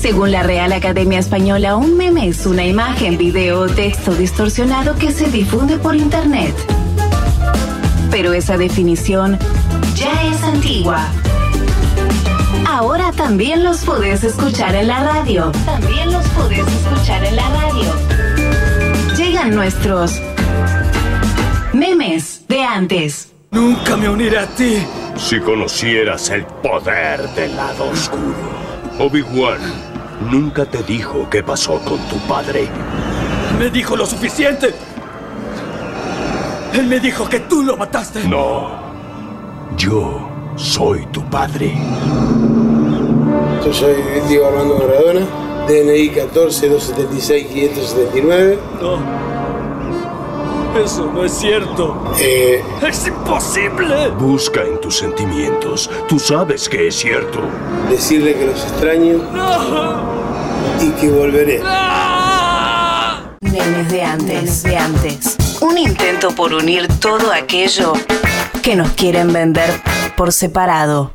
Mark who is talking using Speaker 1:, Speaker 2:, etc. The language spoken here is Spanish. Speaker 1: Según la Real Academia Española, un meme es una imagen, video o texto distorsionado que se difunde por Internet. Pero esa definición ya es antigua. Ahora también los puedes escuchar en la radio. También los puedes escuchar en la radio. Llegan nuestros memes de antes.
Speaker 2: Nunca me uniré a ti.
Speaker 3: Si conocieras el poder del lado oscuro, Obi-Wan nunca te dijo qué pasó con tu padre.
Speaker 2: Me dijo lo suficiente. Él me dijo que tú lo mataste.
Speaker 3: No. Yo soy tu padre.
Speaker 4: Yo soy Diego Armando Maradona, DNI 14-276-579.
Speaker 2: No. Eso no es cierto.
Speaker 4: Eh,
Speaker 2: ¡Es imposible!
Speaker 3: Busca en tus sentimientos. Tú sabes que es cierto.
Speaker 4: decirle que los extraño
Speaker 2: ¡No!
Speaker 4: y que volveré.
Speaker 2: ¡Ah!
Speaker 1: Memes de antes, de antes. Un intento por unir todo aquello que nos quieren vender por separado.